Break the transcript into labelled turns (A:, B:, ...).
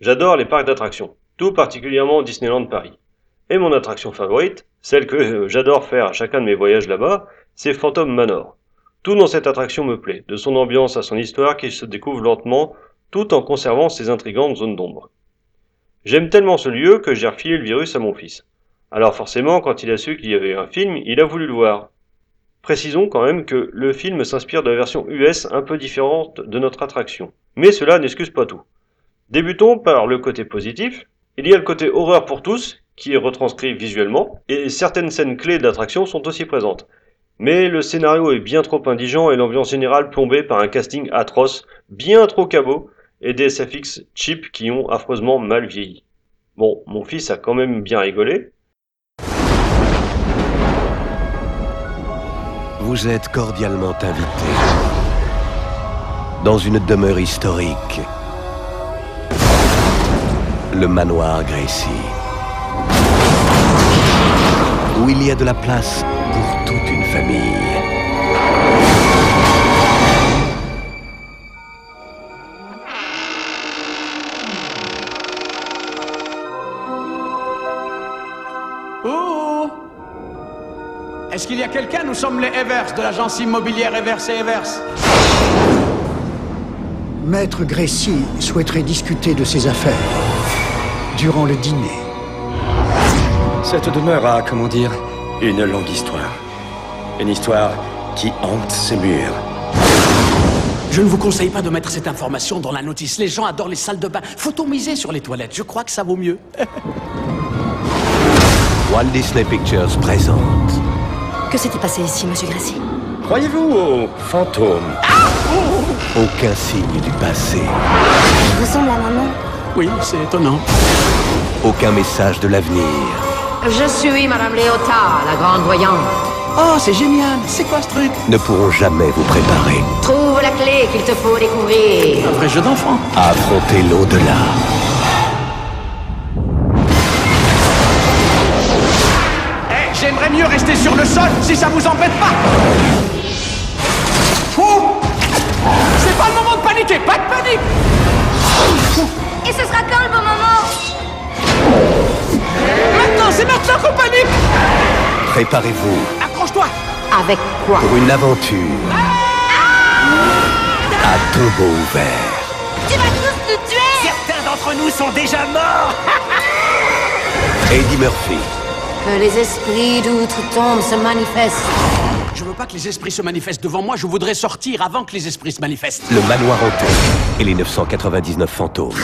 A: J'adore les parcs d'attractions, tout particulièrement Disneyland Paris. Et mon attraction favorite, celle que euh, j'adore faire à chacun de mes voyages là-bas, c'est Phantom Manor. Tout dans cette attraction me plaît, de son ambiance à son histoire qui se découvre lentement, tout en conservant ses intrigantes zones d'ombre. J'aime tellement ce lieu que j'ai refilé le virus à mon fils. Alors forcément, quand il a su qu'il y avait un film, il a voulu le voir. Précisons quand même que le film s'inspire de la version US un peu différente de notre attraction. Mais cela n'excuse pas tout. Débutons par le côté positif. Il y a le côté horreur pour tous, qui est retranscrit visuellement, et certaines scènes clés de l'attraction sont aussi présentes. Mais le scénario est bien trop indigent et l'ambiance générale plombée par un casting atroce, bien trop cabot, et des SFX cheap qui ont affreusement mal vieilli. Bon, mon fils a quand même bien rigolé.
B: Vous êtes cordialement invité dans une demeure historique, le manoir Gracie, où il y a de la place pour toute une famille.
C: Oh Est-ce qu'il y a quelqu'un Nous sommes les Evers de l'agence immobilière Evers et Evers.
D: Maître Grécy souhaiterait discuter de ses affaires durant le dîner.
E: Cette demeure a, comment dire, une longue histoire. Une histoire qui hante ses murs.
F: Je ne vous conseille pas de mettre cette information dans la notice. Les gens adorent les salles de bain. Faut-on miser sur les toilettes Je crois que ça vaut mieux.
B: Walt Disney Pictures présente
G: Que s'est-il passé ici, monsieur Gracie
E: Croyez-vous aux fantômes
B: Aucun signe du passé,
G: Je ressemble à maman.
F: Oui, c'est étonnant.
B: aucun message de l'avenir.
H: Je suis Madame Léota, la grande voyante.
F: Oh, c'est génial C'est quoi ce truc
B: Ne pourront jamais vous préparer
H: Trouve la clé qu'il te faut découvrir.
F: Un vrai jeu d'enfant.
B: à affronter l'au-delà.
C: Eh, j'aimerais mieux rester sur le sol si ça vous embête pas Ouh C'est pas le moment de paniquer Pas de panique
G: Et ce sera quand le bon moment
C: Maintenant, c'est maintenant qu'on panique
B: Préparez-vous
C: Accroche-toi
H: Avec quoi
B: pour une aventure à tombeau ouvert.
G: Tu vas tous nous tuer
F: Certains d'entre nous sont déjà morts
B: Eddie Murphy,
H: Que les esprits d'outre-tombe se manifestent.
F: Je veux pas que les esprits se manifestent devant moi, je voudrais sortir avant que les esprits se manifestent.
B: le manoir hanté et les 999 fantômes.